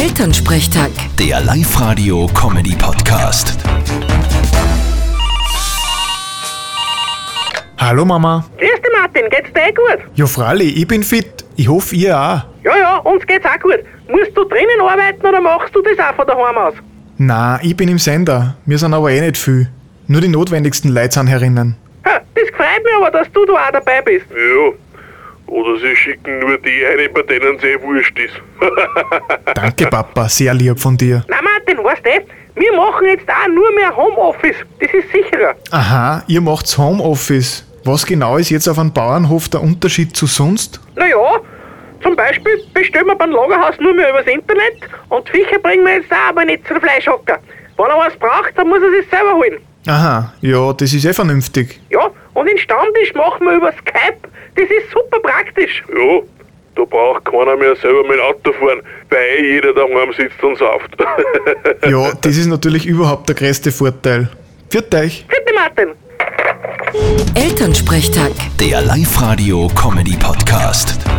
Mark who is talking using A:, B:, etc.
A: Elternsprechtag.
B: Der Live-Radio-Comedy-Podcast.
C: Hallo Mama.
D: Grüß dich, Martin. Geht's dir eh gut?
C: Ja, Fralli, ich bin fit. Ich hoffe, ihr auch.
D: Ja, ja, uns geht's auch gut. Musst du drinnen arbeiten oder machst du das auch von daheim aus?
C: Na, ich bin im Sender. Wir sind aber eh nicht viel. Nur die notwendigsten Leute sind herinnen.
D: Ha, das freut mich aber, dass du da auch dabei bist.
E: Ja. Oder sie schicken nur die eine, bei denen es eh wurscht ist.
C: Danke, Papa. Sehr lieb von dir.
D: Na, Martin, weißt du, wir machen jetzt auch nur mehr Homeoffice. Das ist sicherer.
C: Aha, ihr macht's Homeoffice. Was genau ist jetzt auf einem Bauernhof der Unterschied zu sonst?
D: Naja, zum Beispiel bestellen wir beim Lagerhaus nur mehr übers Internet und Viecher bringen wir jetzt auch aber nicht zum Fleischhocker. Wenn er was braucht, dann muss er sich selber holen.
C: Aha, ja, das ist eh vernünftig.
D: Ja, und den Stammtisch machen wir über Skype. Das ist super praktisch.
E: Ja, da braucht keiner mehr selber mit dem Auto fahren, weil eh jeder daheim sitzt und sauft.
C: Ja, das ist natürlich überhaupt der größte Vorteil. Viert euch.
D: Bitte, Martin.
A: Elternsprechtag.
B: Der Live-Radio-Comedy-Podcast.